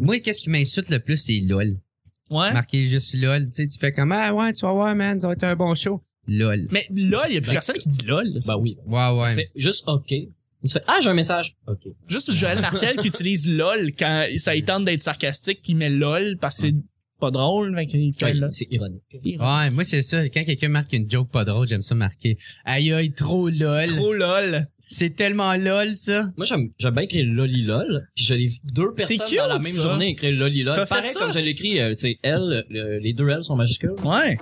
Moi, qu'est-ce qui m'insulte le plus, c'est LOL. Ouais. Marquer juste LOL. Tu sais, tu fais comme, ah ouais, tu vas voir, man, ça va être un bon show. LOL. Mais LOL, il y a plus Ben, personne qui dit LOL. là. Ben oui. Ouais, ouais. Tu fais juste OK. Tu fais Ah, j'ai un message. OK. Juste Joël Martel qui utilise LOL quand ça lui tente d'être sarcastique, puis il met LOL parce que c'est pas drôle, fait qu'il fait Fait que LOL. C'est ironique. Ouais, moi, c'est ça. Quand quelqu'un marque une joke pas drôle, j'aime ça marquer. Aïe, aïe, trop LOL. Trop Oh, LOL. C'est tellement LOL, ça. Moi, j'aime j'aime bien écrire Loli Lol. Puis je l'ai vu deux C'est personnes cute, dans la même ça. journée écrire Loli Lol. T'as fait Pareil ça? comme je l'écris, euh, tu sais, L, le- les deux L sont majuscules. Ouais.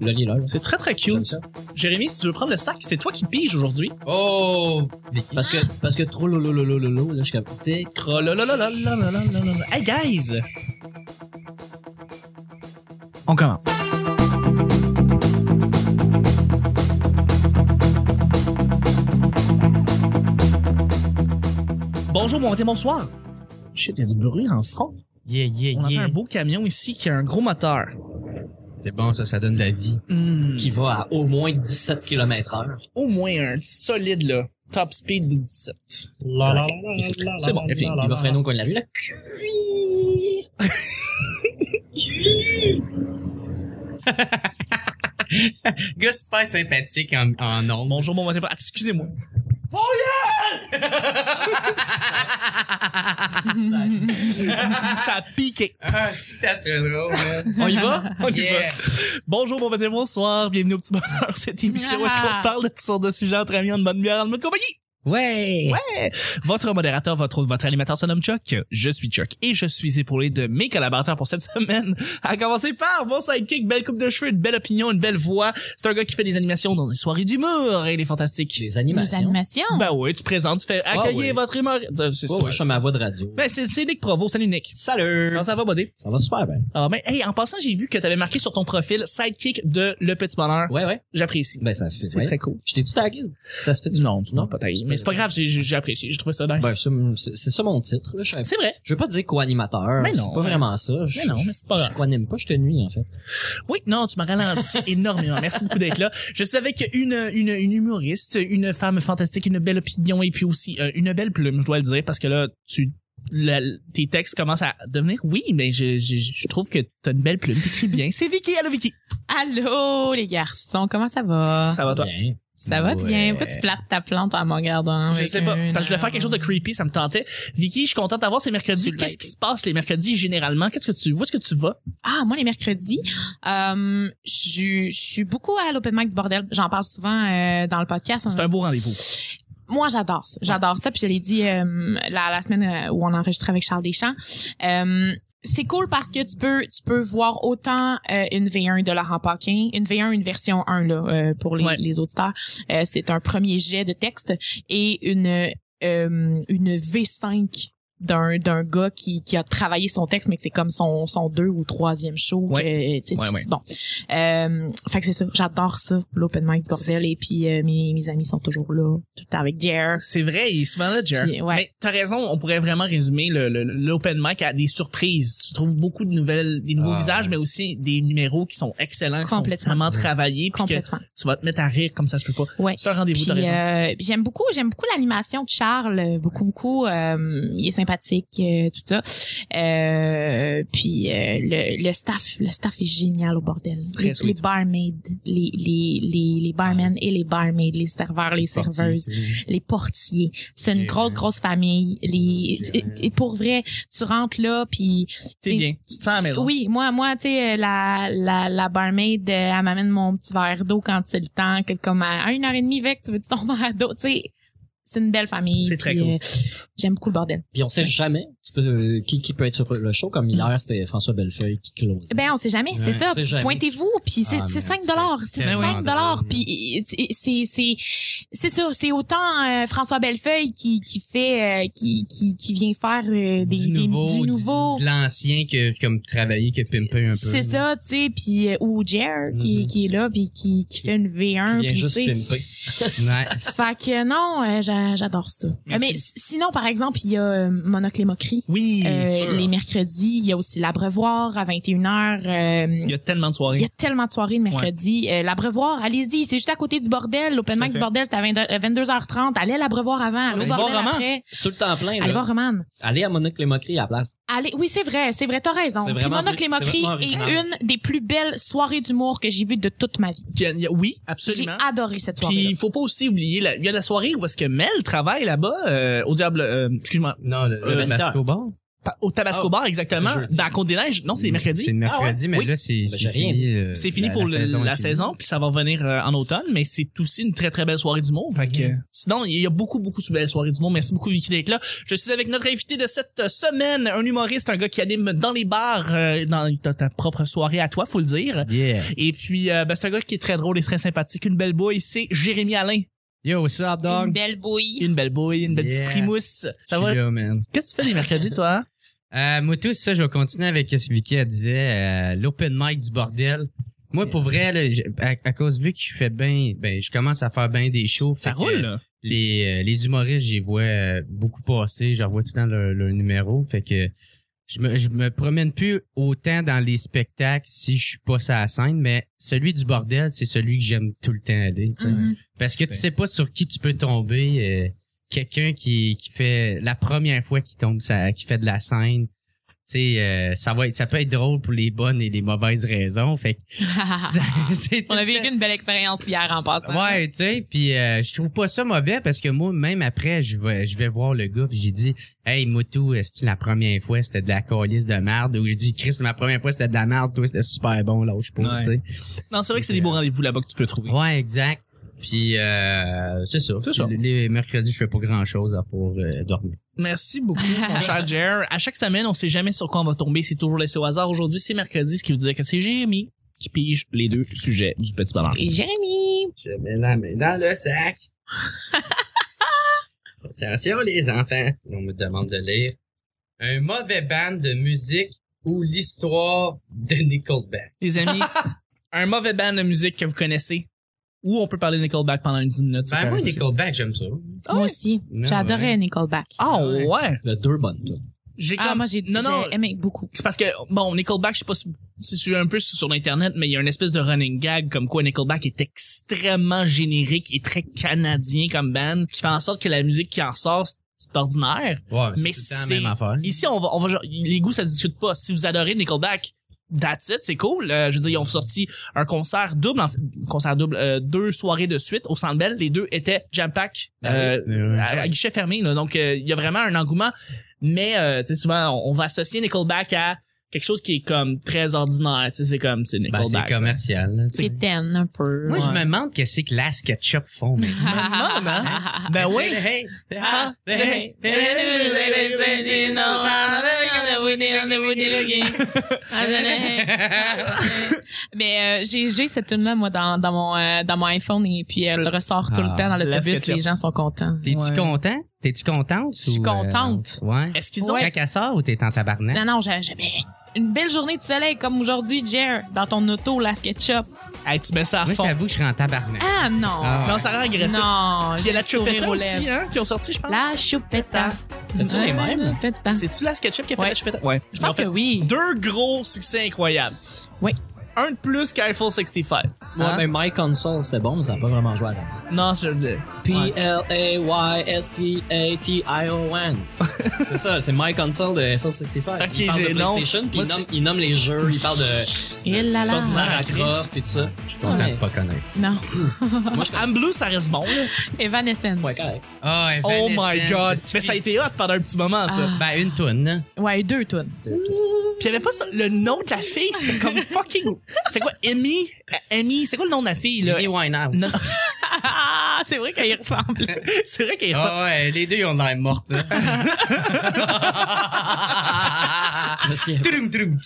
Loli Lol. C'est très très J'aime cute. ça. Jérémy, si tu veux prendre le sac, c'est toi qui pige aujourd'hui. Oh! Vicky. Parce que, parce que trop lolololololo, là, je captais. Trolololololololololol. Hey guys! On commence. Bonjour, bon matin, bonsoir. Shit, il y a du bruit en fond. Yeah, yeah, On entend yeah. un beau camion ici qui a un gros moteur. C'est bon, ça, ça donne de la vie. Hmm. Qui va à au moins 17 km heure. au moins un petit solide, là. Top speed de 17. C'est bon, il a fini. Il va freiner au coin de la rue, là. Gars super sympathique en, en ondes. Bonjour, bon matin. Ah, Excusez-moi. Ça a piqué. Ah, ça serait drôle, man. On y va? On y va. Yeah. Bonjour, bon matin, bonsoir. Bienvenue au petit bonheur. Cette émission où est-ce qu'on parle de toutes sortes de sujets entre amis, en bonne bière, en bonne compagnie. Ouais. Votre modérateur, votre hôte, votre animateur se nomme Chuck. Je suis Chuck et je suis épaulé de mes collaborateurs pour cette semaine. À commencer par mon sidekick, belle coupe de cheveux, une belle opinion, une belle voix. C'est un gars qui fait des animations dans des soirées d'humour et il est fantastique. Les Les animations. animations. Ben ouais, tu présentes, tu fais accueillir ouais. votre humeur. C'est Ah. Ouais, toi, ouais, je ça. fais ma voix de radio. Ben c'est c'est Nick Provo, salut Nick. Salut! Comment ça va, Bodé? Ça va super bien. Ah ben, hey, en passant, j'ai vu que t'avais marqué sur ton profil sidekick de Le Petit Bonheur. Ouais, ouais. J'apprécie. Ben, ça fait. C'est ouais. très cool. Je t'ai-tu tagué? Ça se fait Non, non, peut-être. Mais c'est pas grave, j'ai j'ai apprécié. J'ai trouvé ça nice. Ben, ça, c'est c'est ça mon titre, là. Je savais- c'est vrai. je veux pas dire co-animateur. Mais non. hein. C'est pas vraiment ça. Je, Mais non, mais c'est pas Je grave. co-anime pas, je te nuis, en fait. Oui, non, tu m'as ralenti énormément. Merci beaucoup d'être là. Je suis avec une, une, une humoriste, une femme fantastique, une belle opinion et puis aussi euh, une belle plume, je dois le dire, parce que là, tu la- tes textes commencent à devenir... Oui, mais je, je, je trouve que t'as une belle plume, t'écris bien. C'est Vicky, allô Vicky! Allô, les garçons, comment ça va? Ça, Ça va toi? Bien. Ouais. va bien. Pourquoi tu plates ta plante à mon gardin? Je avec sais pas, un parce que je voulais faire quelque chose de creepy, ça me tentait. Vicky, je suis contente d'avoir ces mercredis. Tu l'as Qu'est-ce qui été. se passe les mercredis généralement? Qu'est-ce que tu, où est-ce que tu vas? Ah, moi, les mercredis, euh, je je suis beaucoup à l'open mic du bordel. J'en parle souvent euh, dans le podcast. C'est un beau rendez-vous. Moi, j'adore ça. J'adore ça. Puis je l'ai dit euh, la, la semaine euh, où on enregistrait avec Charles Deschamps. Euh, c'est cool parce que tu peux tu peux voir autant euh, une V1 de Laurent Paquin, une V1, une version 1 là euh, pour les, Ouais. les auditeurs. Euh, c'est un premier jet de texte et une euh, une V5 d'un d'un gars qui, qui a travaillé son texte mais que c'est comme son son deux ou troisième show que, tu sais, Ouais, tu- ouais. bon euh, fait que c'est ça j'adore ça l'open mic du bordel et puis euh, mes mes amis sont toujours là tout le temps avec Jer C'est vrai, il est souvent là, Jer. Puis, ouais. Mais t'as raison, on pourrait vraiment résumer le- le- l'open mic à des surprises. Tu trouves beaucoup de nouvelles, des nouveaux Ah, visages, mais aussi des numéros qui sont excellents, qui sont Complètement. vraiment travaillés, puis que complètement tu vas te mettre à rire comme ça se peut pas. Ouais. C'est un rendez-vous, Puis, t'as raison. euh, puis j'aime beaucoup, j'aime beaucoup l'animation de Charles, beaucoup beaucoup. euh, il est sympathique, euh, tout ça. Euh, puis euh, le, le staff, le staff est génial au bordel. Très Les, les sweet. barmaids, les les les, les barmen et les barmaids, les serveurs, les serveuses, les portiers. C'est une Ok. grosse grosse famille. Les Ok. et- et pour vrai, tu rentres là puis T'es t'sais, bien. Tu te sens à la maison. oui, moi, moi, tu sais, euh, la, la, la barmaid, euh, elle m'amène mon petit verre d'eau quand c'est le temps, que comme à une heure et demie, Vec, tu veux-tu ton verre d'eau? Tu sais, c'est une belle famille. C'est très puis, cool. euh, J'aime beaucoup le bordel. Puis on sait jamais tu peux, euh, qui, qui peut être sur le show, comme hier, Mm. c'était François Bellefeuille qui close. Ben, on sait jamais, Ouais, c'est ça. on sait jamais. Pointez-vous, puis c'est Ah, man, c'est 5 c'est c'est tellement 5 drôle. puis euh, c'est- c'est c'est c'est ça, c'est autant euh, François Bellefeuille qui qui fait euh, qui qui qui vient faire euh, des du des- nouveau, du nouveau de l'ancien que comme travailler que pimper un peu. c'est ça, tu sais, puis euh, ou Jer qui, Mhm. qui est là puis qui, qui fait une qui V1 vient puis tu juste sais, pimper. Ouais. Fait que non, euh, j'a- Euh, J'adore ça. Euh, Merci. Mais s- sinon, par exemple, il y a euh, Monocle et Moquerie. Oui. Euh, sûr. les mercredis, il y a aussi l'abreuvoir à 21h. euh, Il y a tellement de il y soirées. a tellement de soirées le mercredi. Euh, l'abreuvoir, allez-y, c'est juste à côté du bordel. L'open Tout à mic du fait. bordel, c'est à euh, 22, 22h30. Allez à l'abreuvoir avant, allez Allez au voir bordel Roman. après. C'est tout le temps plein. Allez Là. voir Roman. Allez à Monocle les moqueries à la place. Allez, oui, c'est vrai, c'est vrai, t'as raison. C'est Puis vraiment Monocle et ori- c'est Moquerie vraiment est original. une des plus belles soirées d'humour que j'ai vues de toute ma vie. Il y a- il y a- Oui, J'ai absolument. adoré cette Puis soirée. il faut pas aussi oublier, la- il y a la soirée où est-ce que Mel travaille là-bas, euh, au diable, euh, excuse-moi, Non, le, Euh, le Masco Bar. pa- au Tabasco Oh, Bar exactement, c'est jeudi. dans la Côte des Neiges. Non, c'est Ben, les mercredis. Mm, C'est mercredi, Ah ouais? mais Oui. là, c'est c'est j'ai rien fini. euh, C'est fini la- pour le- la, saison, est finie. puis ça va revenir euh, en automne, mais c'est aussi une très très belle soirée du mot. Fait que, Mhm. euh, sinon, il y a beaucoup beaucoup de belles soirées du mot. Merci beaucoup Vicky d'être là. Je suis avec notre invité de cette euh, semaine, un humoriste, un gars qui anime dans les bars, euh, dans ta, ta propre soirée à toi, faut le dire. Yeah. Et puis, euh, ben, c'est un gars qui est très drôle et très sympathique, une belle bouille, c'est Jérémy Alain. Yo, what's up, Une dog? belle bouille. Une belle bouille, une belle Yeah. petite frimousse. Mm, Ça Je va? suis là, man. Qu'est-ce que tu fais les mercredis, toi? Euh, moi, tout ça, je vais continuer avec ce que Vicky elle disait, euh, l'open mic du bordel. Moi, pour vrai, là, j'ai- à, à cause vu que je fais bien, ben, je commence à faire bien des shows. Ça fait que roule, là. Les, euh, les humoristes, j'y vois euh, beaucoup passer, je revois tout le temps leur, leur numéro. Fait que je me, je me promène plus autant dans les spectacles si je suis pas sur la scène, mais celui du bordel, c'est celui que j'aime tout le temps aller. tu sais. Mhm. Parce que tu C'est- sais pas sur qui tu peux tomber. euh, Quelqu'un qui, qui fait la première fois qu'il tombe, ça, qui fait de la scène. Tu sais, euh, ça va être, ça peut être drôle pour les bonnes et les mauvaises raisons. Fait que Mm-hmm. c'est On a vécu une belle expérience hier en passant. Ouais, tu sais, puis euh, je trouve pas ça mauvais parce que moi, même après, je vais, je vais voir le gars puis j'ai dit, hey, Moutou, est la première fois c'était de la calice de merde ou j'ai dit, Chris, ma première fois c'était de la merde, toi c'était super bon, là, je pas, Ouais. tu sais. Non, c'est vrai que c'est des beaux rendez-vous là-bas que tu peux trouver. Ouais, exact. Puis euh, c'est ça. C'est ça. Les, les mercredis, je fais pas grand chose à pour euh, dormir. Merci beaucoup, mon cher Jer. À chaque semaine, on sait jamais sur quoi on va tomber. C'est toujours laissé au hasard. Aujourd'hui, c'est mercredi, ce qui veut dire que c'est Jérémy qui pige les deux sujets du petit ballon. Et Jérémy! Je mets la main dans le sac. Attention les enfants, on me demande de lire. Un mauvais band de musique ou l'histoire de Nickelback. Les amis, un mauvais band de musique que vous connaissez, ou on peut parler de Nickelback pendant une 10 minutes. c'est Ben moi correct aussi. Nickelback, j'aime ça. Ah Moi ouais? aussi. Non, J'adorais ouais. Nickelback. Ah ouais. Le deux bonnes, toi. J'ai Ah, comme- moi, j'ai Non, non. j'ai aimé beaucoup. C'est parce que, bon, Nickelback, je sais pas si, si tu es un peu sur Internet, mais il y a une espèce de running gag comme quoi Nickelback est extrêmement générique et très canadien comme band, qui fait en sorte que la musique qui en ressort, c'est- c'est ordinaire. Ouais, Mais tout le temps c'est- la même affaire. Ici, on va, on va, les goûts, ça se discute pas. Si vous adorez Nickelback, that's it, c'est cool. Euh, je veux dire, ils ont sorti un concert double, en fait, concert double, euh, deux soirées de suite au Centre Bell. Les deux étaient jam-pack, euh, à, à guichet fermé. là. Donc, euh, il y a vraiment un engouement. Mais, euh, tu sais, souvent, on, on va associer Nickelback à quelque chose qui est comme très ordinaire. Tu sais, c'est comme, c'est Ben, c'est Nickelback. ça. commercial. là, tu sais. C'est ten un peu. Moi, je Ouais. me demande qu'est-ce que Last Ketchup font. mais- non, hein? ben oui. Hey, hey, Ah, hey, ah. Mais euh, j'ai j'ai cette tune là moi dans, dans mon euh, dans mon iPhone et puis euh, elle ressort tout le Ah, temps dans Last l'autobus les Ketchup. gens sont contents. T'es-tu Ouais. content? T'es-tu contente? Je suis ou, euh, contente. ouais. Est-ce qu'ils ont, Quand elle sort ou t'es en tabarnak? Non non, j'ai- j'avais une belle journée de soleil comme aujourd'hui, Jer, dans ton auto la SketchUp. Hey, tu mets ça à Moi, je fond. t'avoue que je suis en tabarnak. Ah non. Ah. Non, ça rend agressif. Non, Puis il y j'ai a la le sourire Chupetta aux aussi, lèvres. hein, qui ont sorti, je pense. La Chupetta. T'as-tu les mêmes? Chupetta. C'est-tu la SketchUp qui a fait Ouais. la Chupetta? Ouais. Je pense que oui. deux gros succès incroyables. Oui. Un de plus qu'Eiffel 65. Moi, Ah. Hein? ben, My Console, c'était bon, mais ça n'a pas vraiment joué à la Non, je le P-L-A-Y-S-T-A-T-I-O-N. c'est ça, c'est My Console de FL65. Ok, il parle j'ai- de non. PlayStation, puis Moi, il nomme, c'est- il nomme les jeux, il parle de. Il l'a C'est là. ordinaire à Chris. Croft et tout ça. Je suis Je suis content de pas connaître. Non. Moi, je I'm Blue, ça reste bon. là. Evanescence. Ouais, correct. Ah, Oh my Evanescence, god. c'est-tu Mais ça a qui- été hot pendant un petit moment, ça. Ben, une toune, là. Ouais, deux tonnes. Puis il y avait pas ça- le nom de la fille, c'était comme fucking. C'est quoi, Emmy? Euh, Emmy, c'est quoi le nom de la fille, là? Et Winehouse. Non, Ah, c'est vrai qu'elle y ressemble. c'est vrai qu'elle ressemble. Ah ouais, les deux, ils ont l'air mortes. Monsieur. Trum, trum.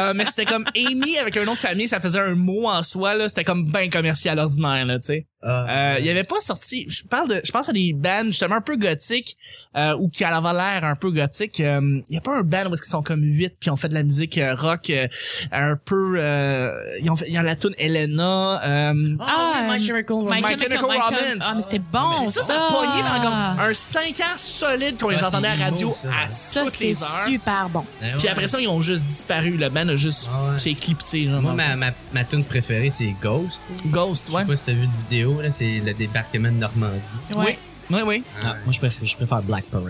Euh, mais c'était comme Amy avec un nom de famille, ça faisait un mot en soi, là. C'était comme ben commercial ordinaire, là, tu sais. Ah, Euh, il y avait pas sorti. Je parle de, je pense à des bands justement un peu gothiques euh, ou qui avaient l'air un peu gothique. Euh, il y a pas un band où est-ce qu'ils sont comme huit puis on fait de la musique euh, rock euh, un peu. Euh, ils ont fait, il y a la tune Elena. Euh, Ah, My Miracle My Chemical Michael- Romance. Ah, mais c'était bon, mais ça, ça a pogné pendant comme Ah! un 5 ans solide qu'on les Ah, entendait c'est à hein. la radio beau, ça. à Ça, toutes c'était les heures. super bon. Puis après ça, ils ont juste disparu. Le band a juste Ah ouais. s'est éclipsé. Genre, Moi, ma, ma, ma tune préférée, c'est Ghost. Je Ghost, ouais. sais pas si t'as vu une vidéo, là, c'est le débarquement de Normandie. Oui, oui, oui. Ah, moi, je préfère, je préfère Black Parade.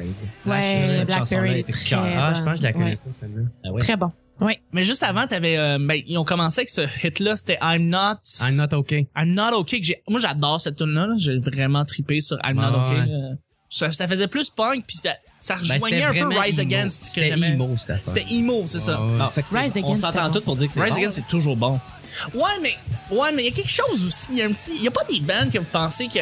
Ouais, Cette Black chanson-là Parade était est cœur. très- Ah, je pense que je la connais Ouais. pas, celle-là. Ah ouais. Très bon. Oui. Mais juste avant, t'avais, euh, ben, ils ont commencé avec ce hit-là, c'était I'm Not... I'm Ah, not okay. I'm Not Okay. Que j'ai... Moi, j'adore cette tune-là. là. J'ai vraiment trippé sur I'm Not Ah, Okay. ouais. là. Ça, ça faisait plus punk, puis ça, ça Ben, rejoignait c'était un peu vraiment Rise emo. Against que C'était j'aimais. emo, cette affaire. C'était emo, c'est ça. Ah, ouais. Ah, fait que c'est- Rise on Against, s'entend c'était tous pour dire que c'est Rise bon. Against, c'est toujours bon. Ouais, mais ouais, mais il y a quelque chose aussi. Il y a un petit, il y a pas des bands que vous pensez que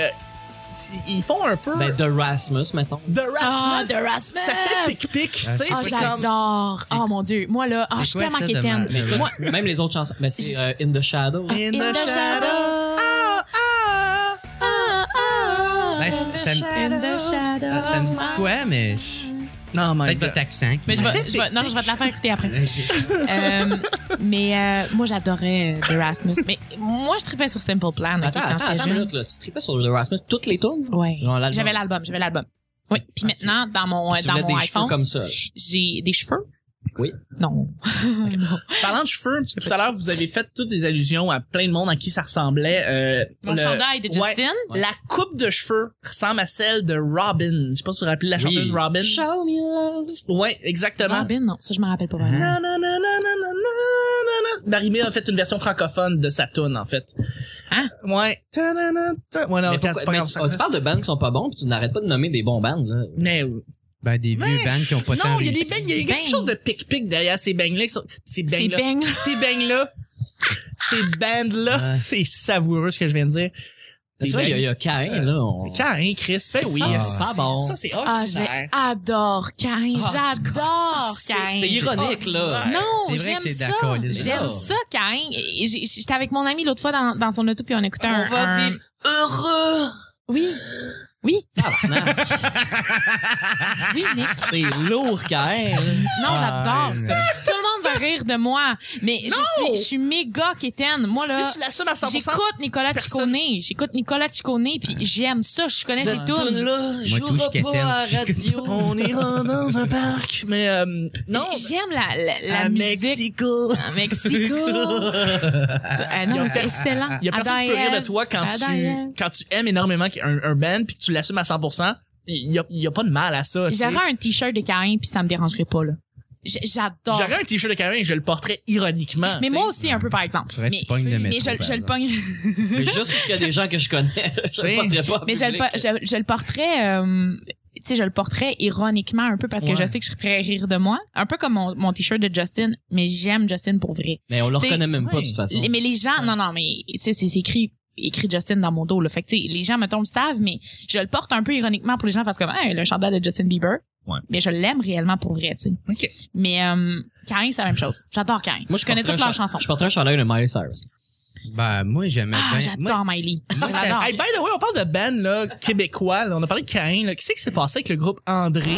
si- ils font un peu Ben, de de Rasmus, mettons. The Ah, Rasmus. The Rasmus! ça fait pic pic, tu sais, Ah, c'est comme. j'adore! Oh mon dieu! Moi, là, ah, C'est je suis quoi tellement ça de quétaine. mal- de Moi, Même les autres chansons. Ben, c'est euh, In the Shadow. In the shadow. Ah, ah. Ah, ah, Ben, ça- ça me- in the shadow. Ah, ça me dit quoi, mais je- Non, my peut-être God. votre accent. qui- Mais je Ça vais, fait je vais- non, tic-tic. je vais te la faire écouter après. Euh, mais euh, moi, j'adorais euh, The Rasmus. Mais moi, je tripais sur Simple Plan ok, Attends, quand attends, j'étais attends une jeune. minute, là. Tu tripais sur The Rasmus toutes les tunes? Ouais. Genre l'album. J'avais l'album, j'avais l'album. Oui. Puis maintenant, dans mon, euh, Tu dans mets mon des cheveux iPhone, comme ça. j'ai des cheveux. Oui. Non. Non. Parlant de cheveux, tout à l'heure vous avez fait toutes des allusions à plein de monde à qui ça ressemblait. euh, Mon le- chandail de Justin. Ouais. La coupe de cheveux ressemble à celle de Robin. Je sais pas si vous vous rappelez la Oui. chanteuse Robin. Show me love. Ouais, exactement. Robin, non, ça, je m'en rappelle pas Ah. vraiment. Na, na, na, na, na, na, na, na, na. Marimé a fait une version francophone de sa tune en fait. Hein? Ouais. Ta, na, na, ta. Ouais, non, attends, Mais pourquoi- c'est pas mais grave, tu ça. oh, tu parles de bands qui sont pas bons, puis tu n'arrêtes pas de nommer des bons bands, là. Mais- Ben, des vieux Mais- bands qui ont pas tant non, il y a des réussi. bangs, il y a quelque Bang. chose de pic-pic derrière ces bangs-là. qui sont- Ces C'est bangs-là. bang. Ces bangs-là. Ces bands-là. Ouais. C'est savoureux ce que je viens de dire. C'est vrai, il y a- il y a Cain, là. on- Cain, Chris. Ben oui. Ah, c'est- pas bon. Ça, c'est Ah, j'ai- ordinaire. adore Oh, Cain. Ah, J'adore c'est- Cain. C'est ironique, là. Ouais. Non, C'est vrai j'aime que c'est ça. d'accord, les J'aime Oh. gens. ça, Cain. Et j'ai- J'étais avec mon ami l'autre fois dans, dans son auto puis on écoutait un. un- heureux. Oui. Oui. Tabarnak. Oui, Nick. C'est lourd, Cain. là. Non, Ah, j'adore ça. Tout le monde va rire de moi, mais je suis, je suis méga quétaine. Moi, là. Si tu l'assumes à 100%, J'écoute Nicolas personne- Ciccone. J'écoute Nicolas Ciccone, puis j'aime ça. Je connais ses Cette tunes. tune-là, Moi, tout, je jouera quétaine. pas à la radio. on ira dans un parc. Mais, euh, non. J'ai- J'aime la, la, la à musique. Mexico. À Mexico. Ah non, mais c'est excellent. Ah, ben, euh, Il y a personne qui peut Adèle. rire de toi quand Adèle. tu, quand tu aimes énormément un, un band puis que tu l'assumes à 100%. Il y a, il y a pas de mal à ça. tu sais. J'aurais un t-shirt de Cain, puis ça me dérangerait pas, là. J- J'adore. J'aurais un t-shirt de Cain et je le porterais ironiquement. Mais tu sais. moi aussi, un peu, par exemple. Faudrait que mais tu pognes le mais métro, je, par je le exemple. pogne. Mais juste parce qu'il y a des gens que je connais. Je T'sais. le porterai pas. en Mais je le, public. po- je, je le porterais, euh, tu sais, je le porterais ironiquement un peu parce que Ouais. je sais que je ferais rire de moi. Un peu comme mon, mon t-shirt de Justin, mais j'aime Justin pour vrai. Mais on le T'sais, reconnaît même pas, ouais. de toute façon. Les- Mais les gens, non, non, mais tu sais, c'est c'est écrit écrit Justin dans mon dos là fait que tu sais les gens mettons le savent mais je le porte un peu ironiquement pour les gens parce que hey, le chandail de Justin Bieber Ouais. mais je l'aime réellement pour vrai tu sais Ok. mais euh, Cain c'est la même chose j'adore Cain je porterais connais toutes un leurs cha- chansons Je porterais un chandail de Miley Cyrus. Ben, moi, j'aimais ah bien. Moi, j'adore Miley je moi, ça- l'adore. Hey, by the way, on parle de band là, québécois. là. On a parlé de Cain. là. Qu'est-ce qui s'est passé avec le groupe André?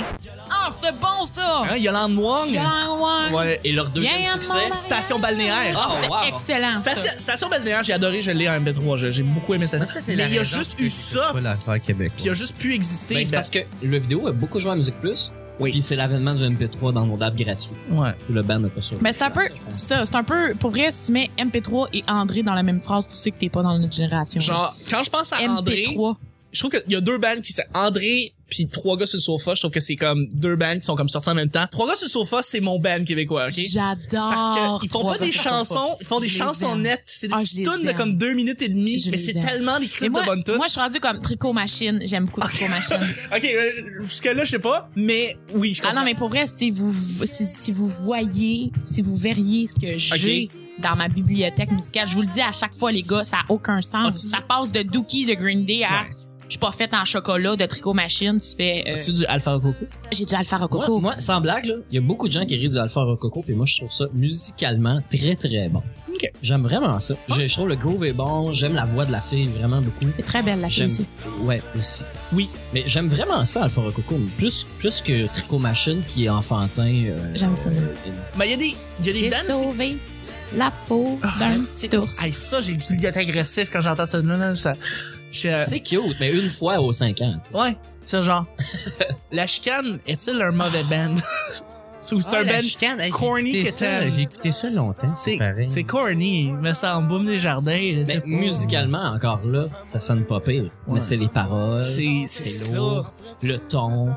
ah c'était bon ça Hein, Yolande Wong? Yolan Wang. Ouais. Et leur deuxième Yeah, succès. ben, maman. Station balnéaire. Oh, C'était wow. Ah, excellent. Ah, ça. Ah, Station, station balnéaire, j'ai adoré, je l'ai en MP3, je- j'ai beaucoup aimé ça. ça, c'est Mais la il y a raison juste que eu c'est ça, pas l'affaire Québec. puis il a juste pu exister. Ben, c'est Ben, parce que le vidéo a beaucoup joué à Musique Plus. Oui. Puis c'est l'avènement du MP3 dans mon DAB gratuit. ouais. Puis le band n'a pas sur. Mais Ben, c'est un peu, ça, c'est un peu, pour vrai, si tu mets MP3 et André dans la même phrase, tu sais que t'es pas dans notre génération. Genre, quand je pense à André, MP3. je trouve qu'il y a deux bands qui c'est André puis trois gars sur le sofa, je trouve que c'est comme deux bands qui sont comme sortis en même temps. Trois gars sur le sofa, c'est mon band québécois, OK J'adore. Parce qu'ils font pas Trois des gars sur le sofa. chansons, ils font des Je les chansons aime. nettes, c'est des Ah, je petites les tunes de aime. comme deux minutes et demie, Je mais les c'est aime. tellement des crises Mais de moi, bonnes tunes. moi, je suis rendue comme tricot machine. J'aime beaucoup tricot machine. OK, euh, jusque là, je sais pas, mais oui, je Ah comprends. non, mais pour vrai, si vous, si, si vous voyez, si vous verriez ce que j'ai dans ma bibliothèque musicale, je vous le dis à chaque fois, les gars, ça a aucun sens. Ah, tu dis- ça passe de Dookie de Green Day à Ouais. suis pas faite en chocolat de tricot machine. Tu fais. euh, As-tu du Alpha Coco? J'ai du Alpha Moi, Rococo. moi, sans blague, là, il y a beaucoup de gens qui rient du Alpha Rococo, puis moi, je trouve ça musicalement très, très bon. Ok. J'aime vraiment ça. Je, je trouve le groove est bon, j'aime la voix de la fille vraiment beaucoup. C'est très belle la fille J'aime. aussi. Ouais, aussi. Oui. Mais j'aime vraiment ça, Alpha Rococo, plus, plus que Tricot Machine qui est enfantin. euh, J'aime ça. euh, Mais Ben, il y a des, il y a des J'ai bands, c'est- Ah, sauvé la peau d'un petit ours. Hey, ça, j'ai le cul d'être agressif quand j'entends ça. Non, non, ça. je- C'est cute, mais une fois aux 5 ans. tu sais. Ouais, c'est genre. la chicane est-il un mauvais band? c'est ou Ah, c'est un band? corny Corny que t'aimes. J'ai Ben, écouté ça longtemps. C'est C'est, pareil. c'est corny, mais ça en boum des jardins. je sais Ben, Mais pas. musicalement, encore là, ça sonne pas pire. Ouais. Mais c'est les paroles, C'est, c'est c'est ça. lourd, le ton.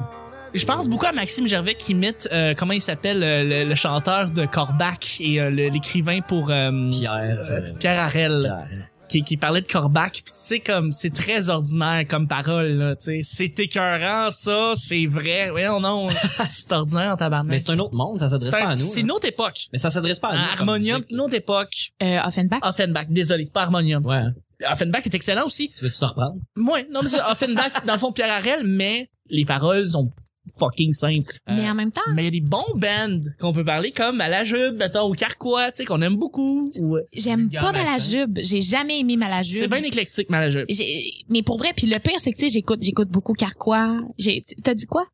Je pense beaucoup à Maxime Gervais qui imite, euh, comment il s'appelle, euh, le, le chanteur de Corbac et euh, le- l'écrivain pour euh, Pierre. euh, euh, Pierre Harel. Pierre. qui, qui parlait de Corbac, puis tu sais comme c'est très ordinaire comme parole là, tu sais, c'est écœurant ça, c'est vrai. Ouais, non, c'est ordinaire en Mais tabarnak. c'est un autre monde, ça s'adresse C'est pas un- à nous. c'est là. une autre époque. Mais ça s'adresse pas à nous. comme Harmonium, musique. une autre époque. Euh, Offenbach. Offenbach, désolé, c'est pas Harmonium. Ouais. Offenbach est excellent aussi. Tu veux-tu te reprendre? Moi, non mais c'est Offenbach dans le fond Pierre Harel, mais les paroles sont fucking simples. Euh, Mais en même temps, mais il y a des bons bands qu'on peut parler comme à la Jube, mettons, au Carquois, tu sais, qu'on aime beaucoup. ou- j'aime Vulgaire pas Malajube. J'ai jamais aimé Malajube. C'est bien éclectique, mais à la Jube. J'ai- mais pour vrai, puis le pire, c'est que, tu sais, j'écoute, j'écoute beaucoup Carquois. J'ai, t'as dit quoi?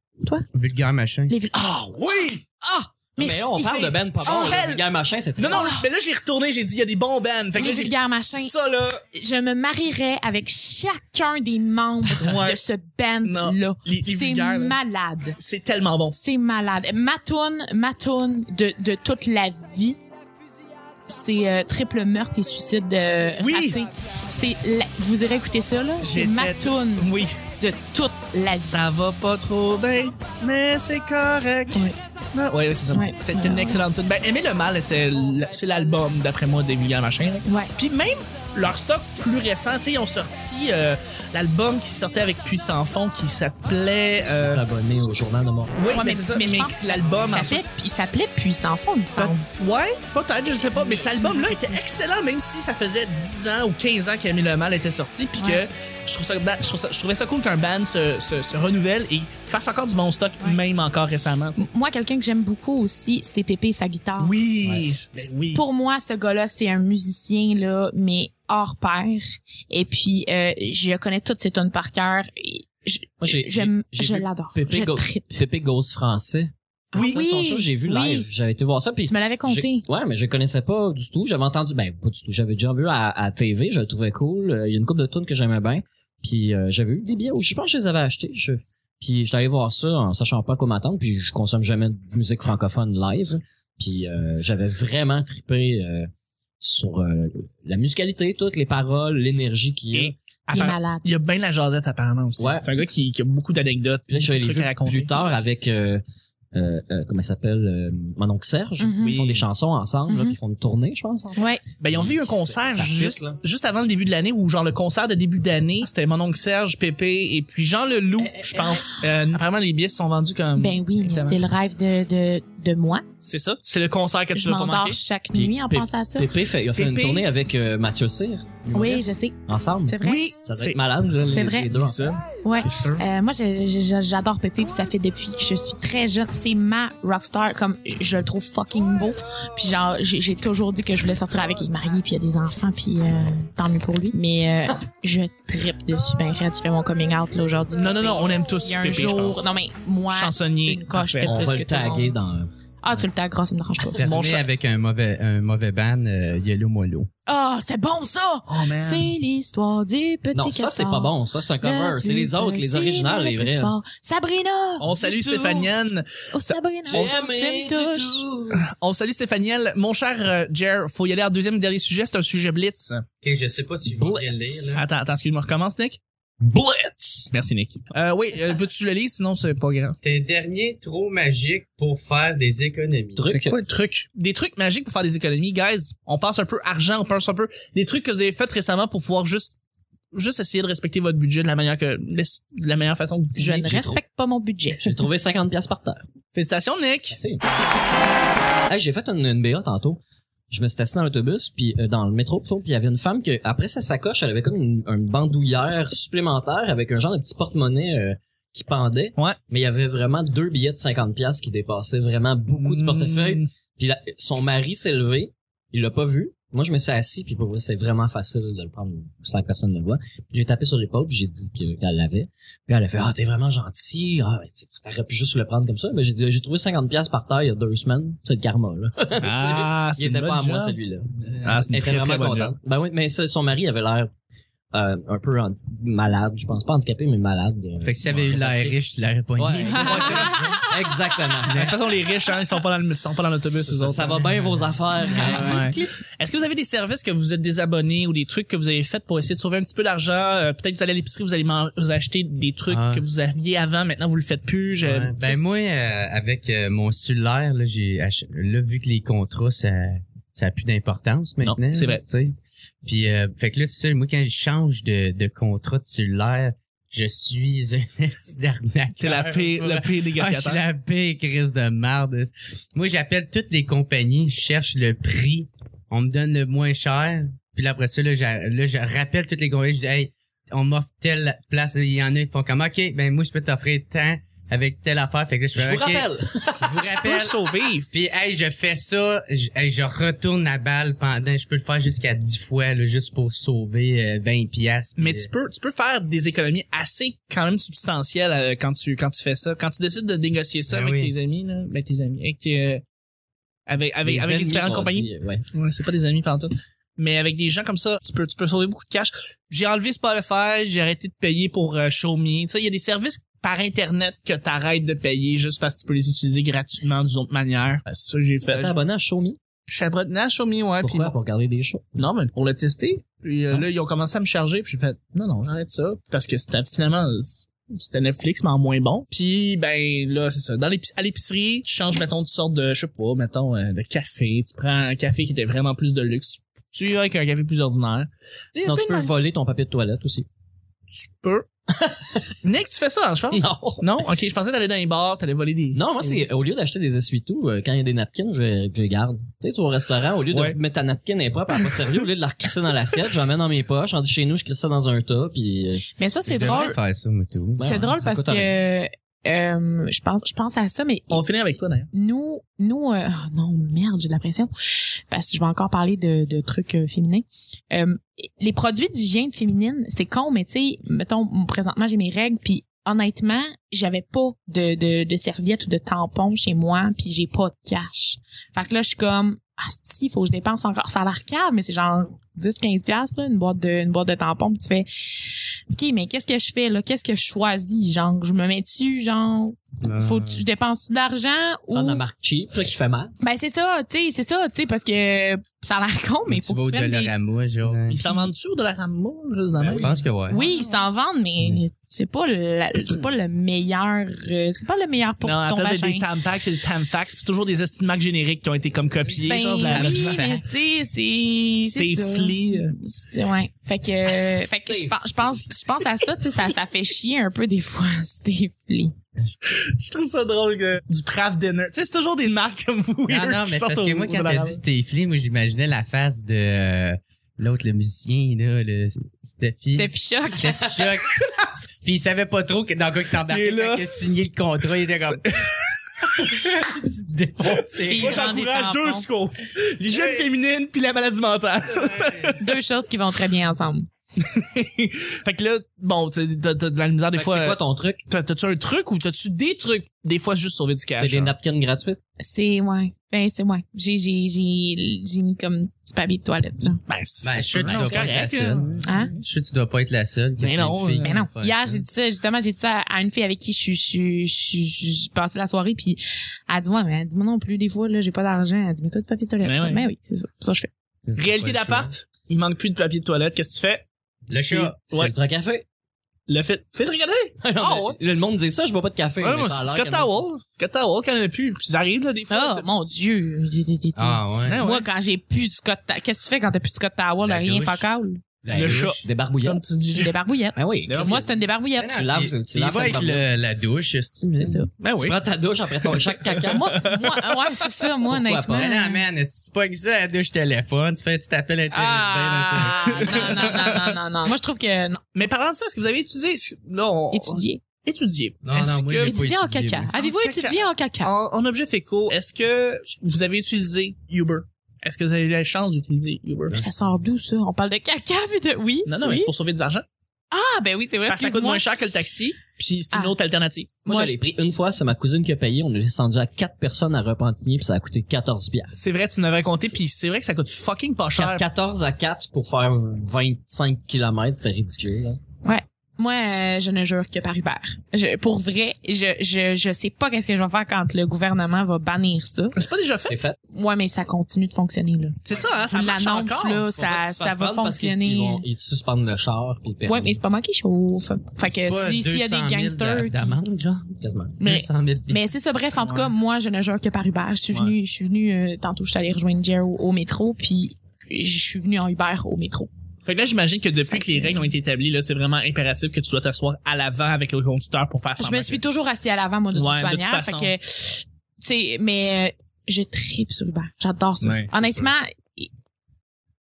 Vulgaire machin. Les villes. Ah oui! Ah! mais Mais on si, parle de Ben pas bon. Oh, là. hell! Le gars machin, c'est Non, non, mais là, j'ai retourné, j'ai dit, il y a des bons bands. Fait que Ah. les là, j'ai vulgaires machins. ça, là. Je me marierais avec chacun des membres Ouais. de ce band-là. Non, les- les C'est vulgaires, là. malade. C'est tellement bon. C'est malade. Ma toune, ma toune de, de toute la vie, c'est euh, triple meurtre et suicide euh, Oui. raté. C'est la- vous irez écouter ça là. C'est J'étais- ma toune Oui. de toute la vie. Ça va pas trop bien, mais c'est correct. Ouais. Non, ouais, ouais, c'est ça. Ouais. C'était une Ouais. excellente tune. Ben, Aimer le mal était l- c'est l'album, d'après moi, des Vulgaires Machin. là. Ouais. Puis même leur stock plus récent, tu sais, ils ont sorti euh, l'album qui sortait avec Puissant Fond qui s'appelait. euh, s'abonner au journal de Montréal. oui, Ouais, mais, c'est ça. je Mais, pense c'est l'album qu'il en s'appelait- Il s'appelait Puissant Fond, il me semble. Ouais, peut-être, je sais pas, mais cet album-là était excellent, même si ça faisait 10 ans ou 15 ans qu'Amie Le Mal était sorti, puis Ouais. que je, trouve ça, ba- je, trouve ça- je trouvais ça cool qu'un band se, se- se renouvelle et fasse encore du bon stock, Ouais. même encore récemment. tu sais. Moi, quelqu'un que j'aime beaucoup aussi, c'est Pépé et sa guitare. Oui, ben oui. Ah. Pour moi, ce gars-là, c'est un musicien, là, mais hors pair. Et puis, euh, je connais toutes ses tunes par cœur. Et Je, Moi, j'ai- j'aime- j'ai- j'ai je vu l'adore. Pépé Je Go- trippe. Pépé Ghost français. Ah, Oui. Ça, son show, j'ai vu Oui. live. J'avais été voir ça. Puis Tu me l'avais compté. j'ai- Ouais, mais je connaissais pas du tout. J'avais entendu, ben, pas du tout. J'avais déjà vu à, à TV. Je le trouvais cool. Euh, Il y a une coupe de tunes que j'aimais bien. Puis euh, j'avais eu des billets. ou Je pense que je les avais achetés. Je... Puis j'étais allé voir ça en sachant pas quoi m'attendre. Puis je consomme jamais de musique francophone live. Puis euh, j'avais vraiment trippé euh, sur euh, la musicalité, toutes les paroles, l'énergie qu'il y a. Et Il est Apparemment- malade. il y a bien de la jasette apparemment aussi. Ouais. C'est un gars qui, qui a beaucoup d'anecdotes, Puis là, des je suis allé trucs à les raconter. plus tard avec, euh, euh, euh, comment il s'appelle, euh, mon oncle Serge. Mhm. Oui. Ils font des chansons ensemble, là, Mhm. puis ils font une tournée, je pense. Ouais. Ben, ils ont vu un concert Ça fit, juste, là. juste avant le début de l'année où genre le concert de début d'année, c'était mon oncle Serge, Pépé et puis Jean Leloup, je pense. Euh, apparemment les billets se sont vendus Hum, comme Ben oui, mais évidemment. c'est le rêve de, de, de moi. C'est ça, c'est le concert que tu Je l'as pas m'endors manqué. chaque Puis nuit en Pépé- pensant à ça. Pépé, fait, il a fait Pépé. une tournée avec euh, Mathieu Cyr, Oui, je sais. ensemble. C'est vrai. Oui, Ça doit c'est être malade, là, les, C'est vrai. les deux. Ouais. C'est sûr. Euh, moi, je- je- je- j'adore Pépé, puis ça fait depuis que je suis très jeune. C'est ma rockstar, comme je, je le trouve fucking beau. Puis genre, j'ai j'ai toujours dit que je voulais sortir avec, il est marié, puis il a des enfants, puis euh, tant mieux pour lui. Mais euh, je tripe dessus, ben Red, tu fais mon coming out là aujourd'hui. Non, non, non, on aime tous Il y a un Pépé, je jour, pense. non mais moi, Chansonnier. une coche parfait. de- On Plus va que le tout le taguer monde. dans... ah tu le tags, ça me dérange pas. Terminé Mon chat- avec un mauvais, un mauvais ban, euh, Yellow Molo. Ah, c'est bon ça. Oh man. Euh. C'est l'histoire du petit Non, ça, c'est castor. pas bon. Ça, c'est un cover. Le C'est les plus autres, les petit, originales, le les plus vrais. fort. Sabrina. On salue Dis-tu. Stéphanienne. Oh Sabrina. J'ai aimé tu me du touches. tout. On salue Stéphanielle. Mon cher euh, Jer, faut y aller à deuxième et dernier sujet, c'est un sujet blitz. Ok, je sais pas si je vais le lire, là. Attends, attends, excuse-moi, recommence, Nick. Blitz! Merci, Nick. Euh, oui, euh, veux-tu que je le lise? Sinon, c'est pas grave. Tes derniers trop magiques pour faire des économies. Truc. C'est quoi le truc? Des trucs magiques pour faire des économies. Guys, on pense un peu argent, on pense un peu des trucs que vous avez fait récemment pour pouvoir juste juste essayer de respecter votre budget de la manière que de la meilleure façon que vous Je pouvez. ne respecte pas mon budget. J'ai trouvé 50$ piastres par terre. Félicitations, Nick! Merci. Hey, j'ai fait une, une BA tantôt. je me suis assis dans l'autobus, puis euh, dans le métro, plutôt, puis il y avait une femme que, après sa sacoche, elle avait comme une, une bandoulière supplémentaire avec un genre de petit porte-monnaie euh, qui pendait. Ouais. Mais il y avait vraiment deux billets de 50 pièces qui dépassaient vraiment beaucoup du Hmm. portefeuille. Puis la- son mari s'est levé, il l'a pas vu. Moi, je me suis assis, puis pour vrai, c'est vraiment facile de le prendre sans que personne ne le voit. J'ai tapé sur l'épaule, puis j'ai dit que- qu'elle l'avait. Puis elle a fait, ah, t'es vraiment gentil. Ah, ben, tu- t'aurais pu juste le prendre comme ça. Mais j'ai dit, j'ai trouvé 50 pièces par terre il y a deux semaines. C'est le karma, là. Ah, Il c'est une était pas à bonne moi, job. celui-là. Ah, c'est une Elle très, était très vraiment bonne contente. Ben oui, mais ça, son mari avait l'air euh, un peu en- malade, je pense. Pas handicapé, mais malade. euh, Fait que si avait eu ouais, l'air fatigué. riche, tu l'aurais pas Ouais, aimé. ouais, c'est- De exactement. toute façon, les riches, hein, ils sont pas dans le, ils sont pas dans l'autobus, eux Ça, autres. ça va bien vos affaires. hein. Ouais. Est-ce que vous avez des services que vous êtes désabonnés ou des trucs que vous avez fait pour essayer de sauver un petit peu d'argent? Euh, Peut-être que vous allez à l'épicerie, vous allez man- vous acheter des trucs Ah. que vous aviez avant, maintenant vous le faites plus. Je- Ouais, ben moi, euh, avec euh, mon cellulaire, là, j'ai ach- là, vu que les contrats, ça ça a plus d'importance Non, maintenant. c'est vrai. tu sais. Puis euh, fait que là, c'est ça, moi quand je change de, de contrat de cellulaire, je suis un esti d'arnaque. T'es la pire, Ah, la pire je suis négociateur. la pire crise de merde. Moi, j'appelle toutes les compagnies, je cherche le prix, on me donne le moins cher, puis là, après ça, là, j'a- là, je rappelle toutes les compagnies, je dis, hey, on m'offre telle place, il y en a, ils font comme, OK, ben moi, je peux t'offrir tant avec telle affaire, fait que là, je Je fais, vous OK, rappelle. je vous Tu peux rappelle. sauver. Puis, hey, je fais ça, je, hey, je retourne la balle pendant, je peux le faire jusqu'à 10 fois, là, juste pour sauver euh, 20 piastres. Mais puis, tu peux, tu peux faire des économies assez quand même substantielles euh, quand tu quand tu fais ça, quand tu décides de négocier ça Ben avec oui. tes amis là, ben tes amis, avec tes, euh, avec avec, Les avec les ennemis, différentes on compagnies. dit, ouais. Ouais, c'est pas des amis pendant tout. Mais avec des gens comme ça, tu peux, tu peux sauver beaucoup de cash. J'ai enlevé Spotify, j'ai arrêté de payer pour euh, Xiaomi. Tu sais, il y a des services par Internet que t'arrêtes de payer juste parce que tu peux les utiliser gratuitement d'une autre manière. Euh, C'est ça que j'ai fait. T'es abonné à Show Me? Je suis abonné à Xiaomi, ouais. puis Pourquoi? Pour regarder des shows. non, mais pour le tester. Puis euh, là, ils ont commencé à me charger, puis j'ai fait non, non, j'arrête ça parce que c'était finalement c'était Netflix mais en moins bon. Puis ben là, c'est ça. Dans l'épi- à l'épicerie, tu changes mettons tu sortes de je sais pas, mettons euh, de café, tu prends un café qui était vraiment plus de luxe. Tu iras avec un café plus ordinaire. Sinon, tu peux voler ton papier de toilette aussi. Tu peux. Nick, tu fais ça, hein, je pense. Non, ok, je pensais t'allais dans les bars, t'allais voler des. Non, moi, c'est au lieu d'acheter des essuie-tout, euh, quand il y a des napkins, je, je les garde. Tu sais, tu vas au restaurant, au lieu Ouais. de mettre ta napkin impropre, elle pas sérieux, au lieu de la recrisser dans l'assiette, je l'emmène dans mes poches, en chez nous, je crisse ça dans un tas, puis euh, Mais ça, c'est je devrais drôle. faire ça, moi, tout. faire. C'est Ouais, drôle ça parce coûte que euh, je pense, je pense à ça, mais On finit avec toi d'ailleurs. nous, nous, euh, oh non, merde, j'ai de la pression. Parce que je vais encore parler de, de trucs euh, féminins. Euh, les produits d'hygiène féminine, c'est con, mais tu sais, mettons, m- présentement, j'ai mes règles, puis honnêtement, j'avais pas de, de, de serviette ou de tampon chez moi, puis j'ai pas de cash. Fait que là, je suis comme, ah, si, faut que je dépense encore. Ça a l'air cave, mais c'est genre 10, 15 piastres, là, une boîte de, une boîte de tampons, puis tu fais, OK, mais qu'est-ce que je fais, là? Qu'est-ce que je choisis? Genre, je me mets dessus, genre, faut que je dépense de l'argent ou. prendre la marque cheap, là, qui fait mal. Ben c'est ça, tu sais, c'est ça, tu sais, parce que ça a l'air con, mais il faut tu vas que au tu prennes des... Dollarama, genre. Ils s'en vendent tu de la rameau juste dans la Ben, Je pense que ouais. Oui, ils s'en vendent, mais c'est pas le, c'est pas le meilleur, euh, c'est pas le meilleur pour non, à la ton place d'être vagin. des Tampax, c'est des Tamfax, puis toujours des estimacs génériques qui ont été comme copiés, Ben genre de la oui, la- mais tu sais, c'est c'est C'était ça. flea. euh, C'est- Ouais, fait que, euh, fait que je pense, je pense, je pense à ça, tu sais, ça, ça fait chier un peu des fois, c'était flé. Je trouve ça drôle que du Kraft Dinner. Tu sais, c'est toujours des marques comme vous. Ah, Non, non, mais c'est parce que moi, quand t'as dit Stéphane, moi, j'imaginais la face de euh, l'autre, le musicien, là, le Steffi. C'était choc. Steffi Choc. Puis il savait pas trop que, dans quoi il s'embarquait Il est là. quand il a signé le contrat, il était comme... il se défonçait. Moi, j'encourage Dans des deux tampons. causes. Les jeunes féminines puis la maladie mentale. Deux choses qui vont très bien ensemble. fait que là, bon, t'as t'as- t'as de la misère des Fait que fois. c'est euh, quoi ton truc? t'as- T'as-tu un truc ou t'as-tu des trucs? Des fois, juste sauver du cash. C'est des hein. napkins gratuites. C'est, ouais. Ben, c'est, ouais. J'ai, j'ai, j'ai, j'ai mis comme du papier de toilette, genre. Ben, c'est Ben, je suis sûr que tu c'est dois pas être la correct, seule. hein. Hein? Je suis sûr que tu dois pas être la seule. Mais non, euh, Mais non. Hier, j'ai dit ça, justement, j'ai dit ça à une fille avec qui je suis, je, suis- je, je, je passais la soirée, puis elle dit, ouais, mais elle dit, moi non plus, des fois, là, j'ai pas d'argent. Elle dit, mais toi, du papier de toilette. Mais Mais, ouais. oui, c'est ça. C'est ça que je fais. hein. Réalité d'appart, il manque plus de papier de toilette. Qu'est-ce que tu fais? Le chat. Ouais. Filtre à café. Le fait. Fais regarder. Non, Ah, mais ouais. Le le monde dit ça, je bois pas de café. Ouais, mais moi, ça a c'est l'air Scott qu'il y en a- Towel. Scott Towel, quand il y en a plus. Puis ils arrivent, là, des fois. Oh, mon Dieu. Ah ouais. Ah ouais. Moi, quand j'ai plus de Scott, Ta- qu'est-ce que tu fais quand t'as plus de Scott Towel? La Rien, douche. fuck all. Ben, chat. Des barbouillettes. Comme tu dis. Des barbouillettes. Ben oui. D'ailleurs, Moi, c'est une des barbouillettes. tu laves- tu il laves va ta avec barbouille. le- la douche, c'est ça. Ben Tu oui. prends ta douche après ton chaque caca. Moi, moi, ah ouais, c'est ça, moi, Pourquoi honnêtement. Ben non, man, c'est pas que ça, la douche téléphone, tu fais, tu t'appelles un téléphone. Ah, non, non, non, non, non, non. Moi, je trouve que, non, Mais parlant de ça, est-ce que vous avez étudié, là, on... étudier. Étudié. Non, non, Est-ce moi, que- j'ai pas Étudier en étudié, caca. moi. Avez-vous En caca. étudié en caca? En, en objet féco, est-ce que vous avez utilisé Uber? Est-ce que vous avez eu la chance d'utiliser Uber? Ça sort d'où, ça? On parle de caca, puis de, oui. Non, non, mais oui. c'est pour sauver de l'argent. Ah, ben oui, c'est vrai. Parce que ça coûte excuse-moi. moins cher que le taxi, puis c'est une Ah. autre alternative. Moi, Moi, j'en ai pris une fois, c'est ma cousine qui a payé. On est descendu à quatre personnes à Repentigny, puis ça a coûté 14 piastres. C'est vrai, tu nous avais compté, puis c'est vrai que ça coûte fucking pas cher. 14 à 4 pour faire 25 km, c'est ridicule. hein. là. Moi, euh, je ne jure que par Uber. Je, pour vrai, je, je, je sais pas qu'est-ce que je vais faire quand le gouvernement va bannir ça. C'est pas déjà fait. C'est fait. Ouais, mais ça continue de fonctionner, là. C'est ça, hein, ça marche L'annonce, encore. là, Faut pas que ça, tu ça fasses va mal parce qu'ils- fonctionner. Ils, vont- ils te suspendent le char puis le permis. Ouais, mais c'est pas moi qui chauffe. Fait que Pas si- s'il y a 200 000 des gangsters. d'a- qui- d'amende, genre. Quasiment. Mais- 200 000 Mais c'est ça, bref, en tout Ouais. cas, moi, je ne jure que par Uber. Je suis Ouais. venue, je suis venue, euh, tantôt, je suis allée rejoindre Jer au, au métro, puis je suis venue en Uber au métro. Fait que là, j'imagine que depuis que les règles ont été établies, là, c'est vraiment impératif que tu dois t'asseoir à l'avant avec le conducteur pour faire ça. Je me suis toujours assise à l'avant, moi, de toute Ouais, de toute manière. façon. Fait que, tu sais, mais euh, je tripe sur Uber. J'adore ça. Ouais, c'est Honnêtement,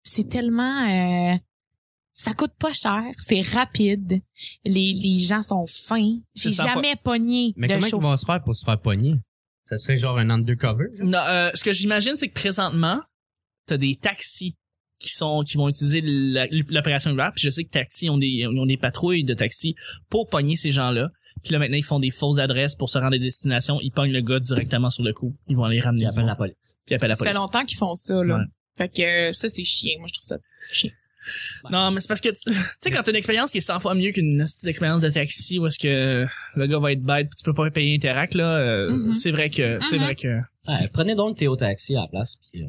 c'est tellement... euh, ça coûte pas cher, c'est rapide, les, les gens sont fins. J'ai C'est cent jamais pogné Mais de comment ils chauffeur. vont se faire pour se faire pogner? Ça serait genre un undercover? genre? Non, euh, ce que j'imagine, c'est que présentement, t'as des taxis qui sont qui vont utiliser la- l'opération Uber. Puis je sais que taxis ont des ils ont des patrouilles de taxis pour pogner ces gens-là. Puis là maintenant ils font des fausses adresses pour se rendre à des destinations. Ils pognent le gars directement sur le coup. Ils vont aller ramener. Ils du appellent monde. la police. Puis ils appellent la Ça fait police. longtemps qu'ils font ça, là. Ouais. Fait que euh, ça, c'est chiant. Moi, je trouve ça chiant. Non, mais c'est parce que tu tu sais quand t'as une expérience qui est 100 fois mieux qu'une petite expérience de taxi où est-ce que le gars va être bête, puis tu peux pas payer Interac là. euh, Mhm. C'est vrai que c'est Mhm. vrai que Ouais, prenez donc Théo Taxi à la place. Puis, euh,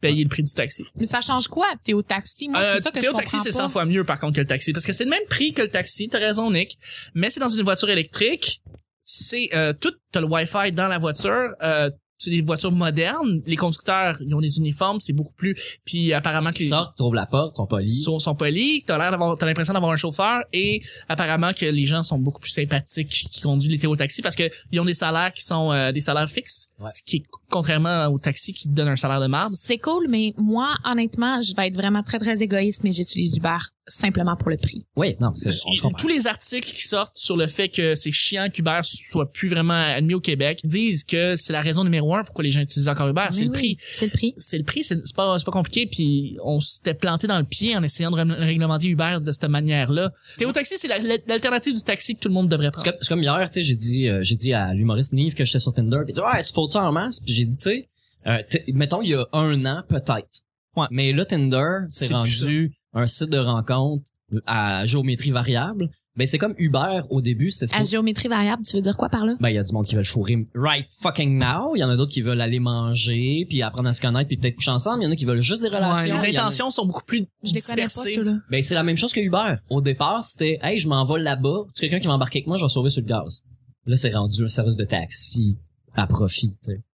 payer le prix du taxi. Mais ça change quoi? T'es au taxi? Moi, Euh, c'est ça que t'es je au comprends taxi, pas. c'est 100 fois mieux par contre que le taxi. Parce que c'est le même prix que le taxi, t'as raison Nick. Mais c'est dans une voiture électrique. C'est euh, tout, t'as le Wi-Fi dans la voiture. Euh, c'est des voitures modernes. Les conducteurs, ils ont des uniformes, c'est beaucoup plus. Puis apparemment que ils sortent, trouvent la porte, sont polis. sont, sont polis, t'as l'air d'avoir, t'as l'impression d'avoir un chauffeur et apparemment que les gens sont beaucoup plus sympathiques qui conduisent les taxi parce que ils ont des salaires qui sont euh, des salaires fixes, Ouais. ce qui est contrairement au taxi qui te donne un salaire de marbre. C'est cool, mais moi, honnêtement, je vais être vraiment très, très égoïste, mais j'utilise Uber simplement pour le prix. Oui, non, c'est, on se comprend. Tous les articles qui sortent sur le fait que c'est chiant qu'Uber soit plus vraiment admis au Québec disent que c'est la raison numéro un pourquoi les gens utilisent encore Uber, Ah, c'est Mais le oui, prix. C'est le prix. C'est le prix, c'est c'est pas, c'est pas compliqué, puis on s'était planté dans le pied en essayant de ré- réglementer Uber de cette manière-là. Théo Taxi, c'est la- la- l'alternative du taxi que tout le monde devrait prendre. C'est comme, c'est comme hier, tu sais, j'ai dit, euh, j'ai dit à l'humoriste Nive que j'étais sur Tinder, pis il dit, ouais, tu photos ça en masse, puis j'ai dit, tu sais, euh, t- mettons, il y a un an, peut-être. Ouais. Mais là, Tinder, c'est C'est rendu un site de rencontre à géométrie variable. Ben, c'est comme Uber au début, c'était À géométrie variable, tu veux dire quoi par là? ben, il y a du monde qui veulent fourrer right fucking now. Il y en a d'autres qui veulent aller manger, puis apprendre à se connaître, puis peut-être coucher ensemble. Il y en a qui veulent juste des Ouais, relations. Il les y en a- intentions sont beaucoup plus Je les connais pas, dispersées. ceux-là. Ben, c'est la même chose que Uber. Au départ, c'était, hey, je m'envole là-bas. Tu quelqu'un qui va embarquer avec moi, je vais sauver sur le gaz. Là, c'est rendu un service de taxi à profit, tu sais.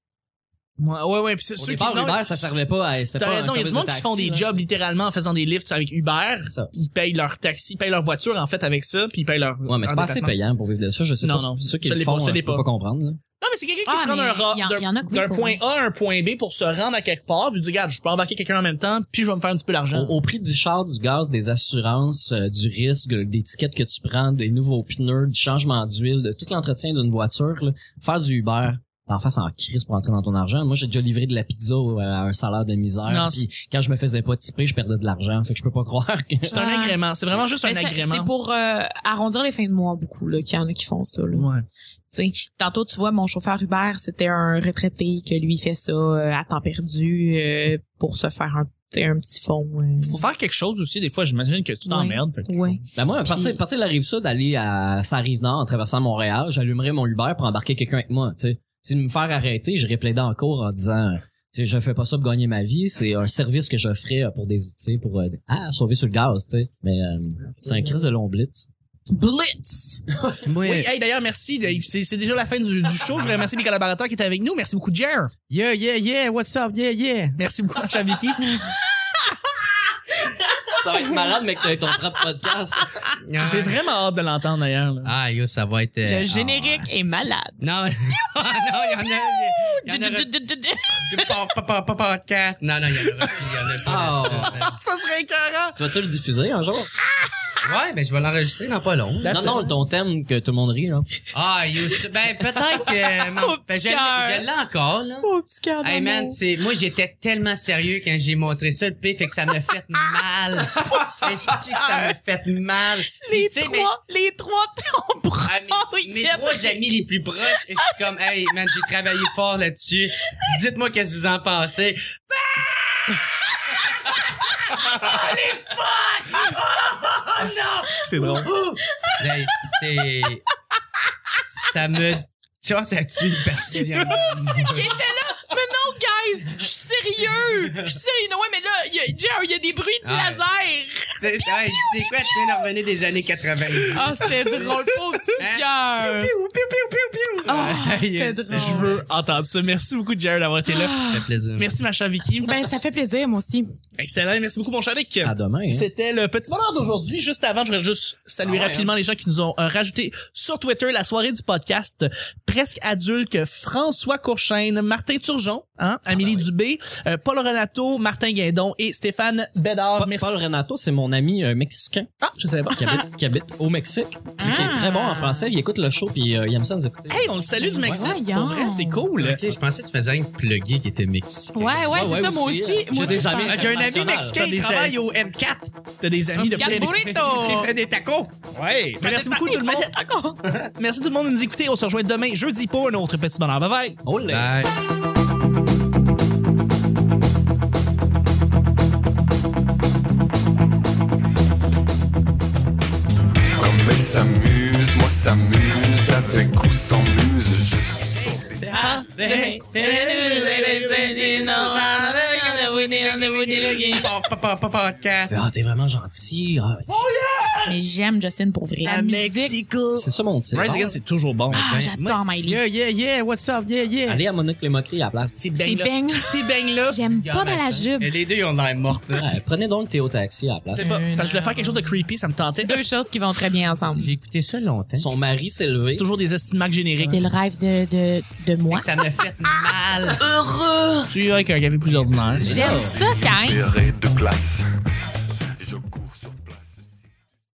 Ouais, ouais, ouais. Puis c'est Au ceux départ, qui non, Uber, ça servait pas à, c'était T'as pas un raison, il y a service du de monde qui taxi, font des là. jobs littéralement en faisant des lifts avec Uber. C'est ça. Ils payent leur taxi, ils payent leur voiture en fait avec ça, puis ils payent leur. Ouais, mais c'est leur pas assez déplacement. payant pour vivre de ça, je sais Non, pas. non, Ceux qui ça le l'est pas, font, ça euh, l'est je peux pas. pas comprendre, là. Non, mais c'est quelqu'un qui Ah, se rend mais d'un ra- il y en- il y en a d'un que oui, d'un pour point vrai. A à un point B pour se rendre à quelque part, puis il dit regarde, je peux embarquer quelqu'un en même temps, puis je vais me faire un petit peu d'argent. Au, au prix du char, du gaz, des assurances, euh, du risque, euh, des tickets que tu prends, des nouveaux pneus, du changement d'huile, de tout l'entretien d'une voiture, là, faire du Uber, en face en crise pour entrer dans ton argent. Moi, j'ai déjà livré de la pizza euh, à un salaire de misère. Non, puis quand je me faisais pas tiper, je perdais de l'argent. Fait que je peux pas croire que. C'est un Ouais. agrément, c'est vraiment juste un Ah. Mais ça- C'est agrément. pour euh, arrondir les fins de mois beaucoup, là, qu'il y en a qui font ça. Là. Ouais. Tu sais, Tantôt, tu vois, mon chauffeur Uber, c'était un retraité que lui fait ça euh, à temps perdu euh, pour se faire un, tu sais, un petit fond. euh. Faut faire quelque chose aussi, des fois, j'imagine que tu t'emmerdes. fait que tu- Ouais. Ben moi, à Puis- partir, à partir de la rive sud, aller à sa rive nord en traversant Montréal, j'allumerais mon Uber pour embarquer quelqu'un avec moi. Tu sais, si de me faire arrêter, j'irais plaider en cours en disant, tu sais, je fais pas ça pour gagner ma vie, c'est un service que j'offrais euh, pour des, tu sais, pour euh, ah sauver sur le gaz, tu sais. Mais euh, c'est un crise de long blitz. Blitz! Moi, Oui, hey, d'ailleurs, merci. Dave. C'est c'est déjà la fin du, du show. Je voudrais remercier les collaborateurs qui étaient avec nous. Merci beaucoup, Jer. yeah, yeah, yeah, what's up, yeah, yeah. Merci beaucoup, Chaviki. Ça, ça va être malade, mec, t'as ton propre podcast. J'ai vraiment hâte de l'entendre d'ailleurs. là. Ah, yo, ça va être. euh, Le générique est malade. ah. Non, non, il y en a. il y en aura- Pas- pas- pas- pas podcast. Non, non, il y en aura il y en a Ah. pas. Ah, Ça serait écœurant. Tu vas-tu le diffuser un jour? Ouais, ben je vais l'enregistrer dans pas long. That's non, non, ton thème que tout le monde rit, là. Ah, you, ben peut-être que Au non, ben, je petit l'ai- cœur. je l'ai encore là. Oh, petit cœur Hey d'amour. man, c'est moi j'étais tellement sérieux quand j'ai montré ça le pire, fait que ça m'a fait mal. Est-ce que ça m'a fait mal. Puis, Les tu sais, trois, Oh, les trois, on mes- prend. ah, mes, mes trois amis les plus proches, je suis comme hey man, j'ai travaillé fort là-dessus. Dites-moi qu'est-ce que vous en pensez. C'est drôle. Ben, c'est ça me tu vois, ça tue une partie. en moi. Il était là. Mais non, guys, je suis sérieux. Je suis sérieux. Non, ouais, mais là, il y a, Jer, il y a des bruits de Ouais. laser. C'est hey, tu sais quoi, tu viens de revenir des années 90. Ah, c'était drôle. Pauvre Hein? petit cœur. Ah, c'était drôle. Je veux entendre ça. Merci beaucoup, Jared, d'avoir été là. Ah. Ça fait plaisir. Merci, ma chère Vicky. Ben, ça fait plaisir, moi aussi. Excellent. Merci beaucoup, mon cher Nick. À demain, hein. C'était le petit bonheur d'aujourd'hui. Juste avant, je voudrais juste saluer Ah ouais, rapidement les gens qui nous ont euh, rajouté sur Twitter la soirée du podcast euh, presque adulte que François Courchaine, Martin Turgeon, hein, Ah, Amélie ben Dubé, euh, Paul Renato, Martin Guindon et Stéphane Bédard. Pa- merci. Paul Renato, c'est mon ami euh, mexicain Ah, je savais pas. Ah. qui habite, qui habite au Mexique, puis qui est très bon en français. Il écoute le show, puis euh, il aime ça nous écouter. Hey, on le salue du Mexique. Voyons. Pour vrai, c'est cool. Ok, je pensais que tu faisais un plugué qui était mexicain. Ouais, ouais, Ouais, c'est ouais, ça, moi aussi, aussi. euh, moi j'ai des aussi, je amis- Ah, pense. j'ai un ami mexicain qui travaille au M4. T'as des amis de Quatre plein de- burritos. des tacos. Ouais. Merci beaucoup tout le monde. Merci tout le monde de nous écouter. On se rejoint demain jeudi pour un autre petit bonheur. Bye bye. Oh là! Bye. Comme elle s'amuse, moi s'amuse, avec ou sans muse, je saute. Podcast. Ah, t'es vraiment gentil. Ah, Mais j'aime Justin pour vrai. La musique. c'est ça mon titre. Rise Again, c'est toujours bon. Ah, j'adore Miley. Yeah, yeah, yeah. What's up? Yeah, yeah. Allez à Monique les moqueries à la place. C'est C'est bang. Ben là. bang. C'est bang là. J'aime pas mal la Machin. jupe. Et les deux, on l'air morte. Ouais, Euh, prenez donc Théo Taxi à la place. C'est pas. Parce que je voulais faire quelque chose de creepy, ça me tentait. Deux choses qui vont très bien ensemble. J'ai écouté ça longtemps. Son mari s'est levé. C'est toujours des estimacs génériques. C'est le rêve de, de, de moi. Ça me fait mal. Tu es avec un café plus ordinaire. J'aime ça, quand même. Libéré de classe.